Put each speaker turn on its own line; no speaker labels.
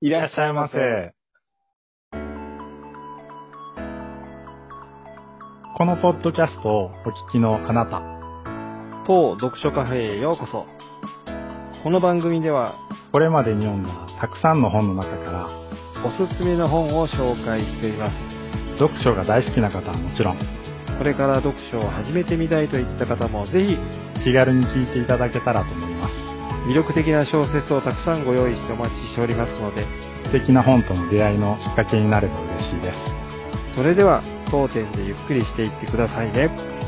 いらっしゃいませ。
このポッドキャストをお聞きのあなた、
当読書カフェへようこそ。この番組では、
これまでに読んだたくさんの本の中から、
おすすめの本を紹介しています。
読書が大好きな方はもちろん、
これから読書を始めてみたいといった方も、ぜひ、
気軽に聞いていただけたらと思います。
魅力的な小説をたくさんご用意してお待ちしておりますので、
素敵な本との出会いのきっかけになれば嬉しいです。
それでは、当店でゆっくりしていってくださいね。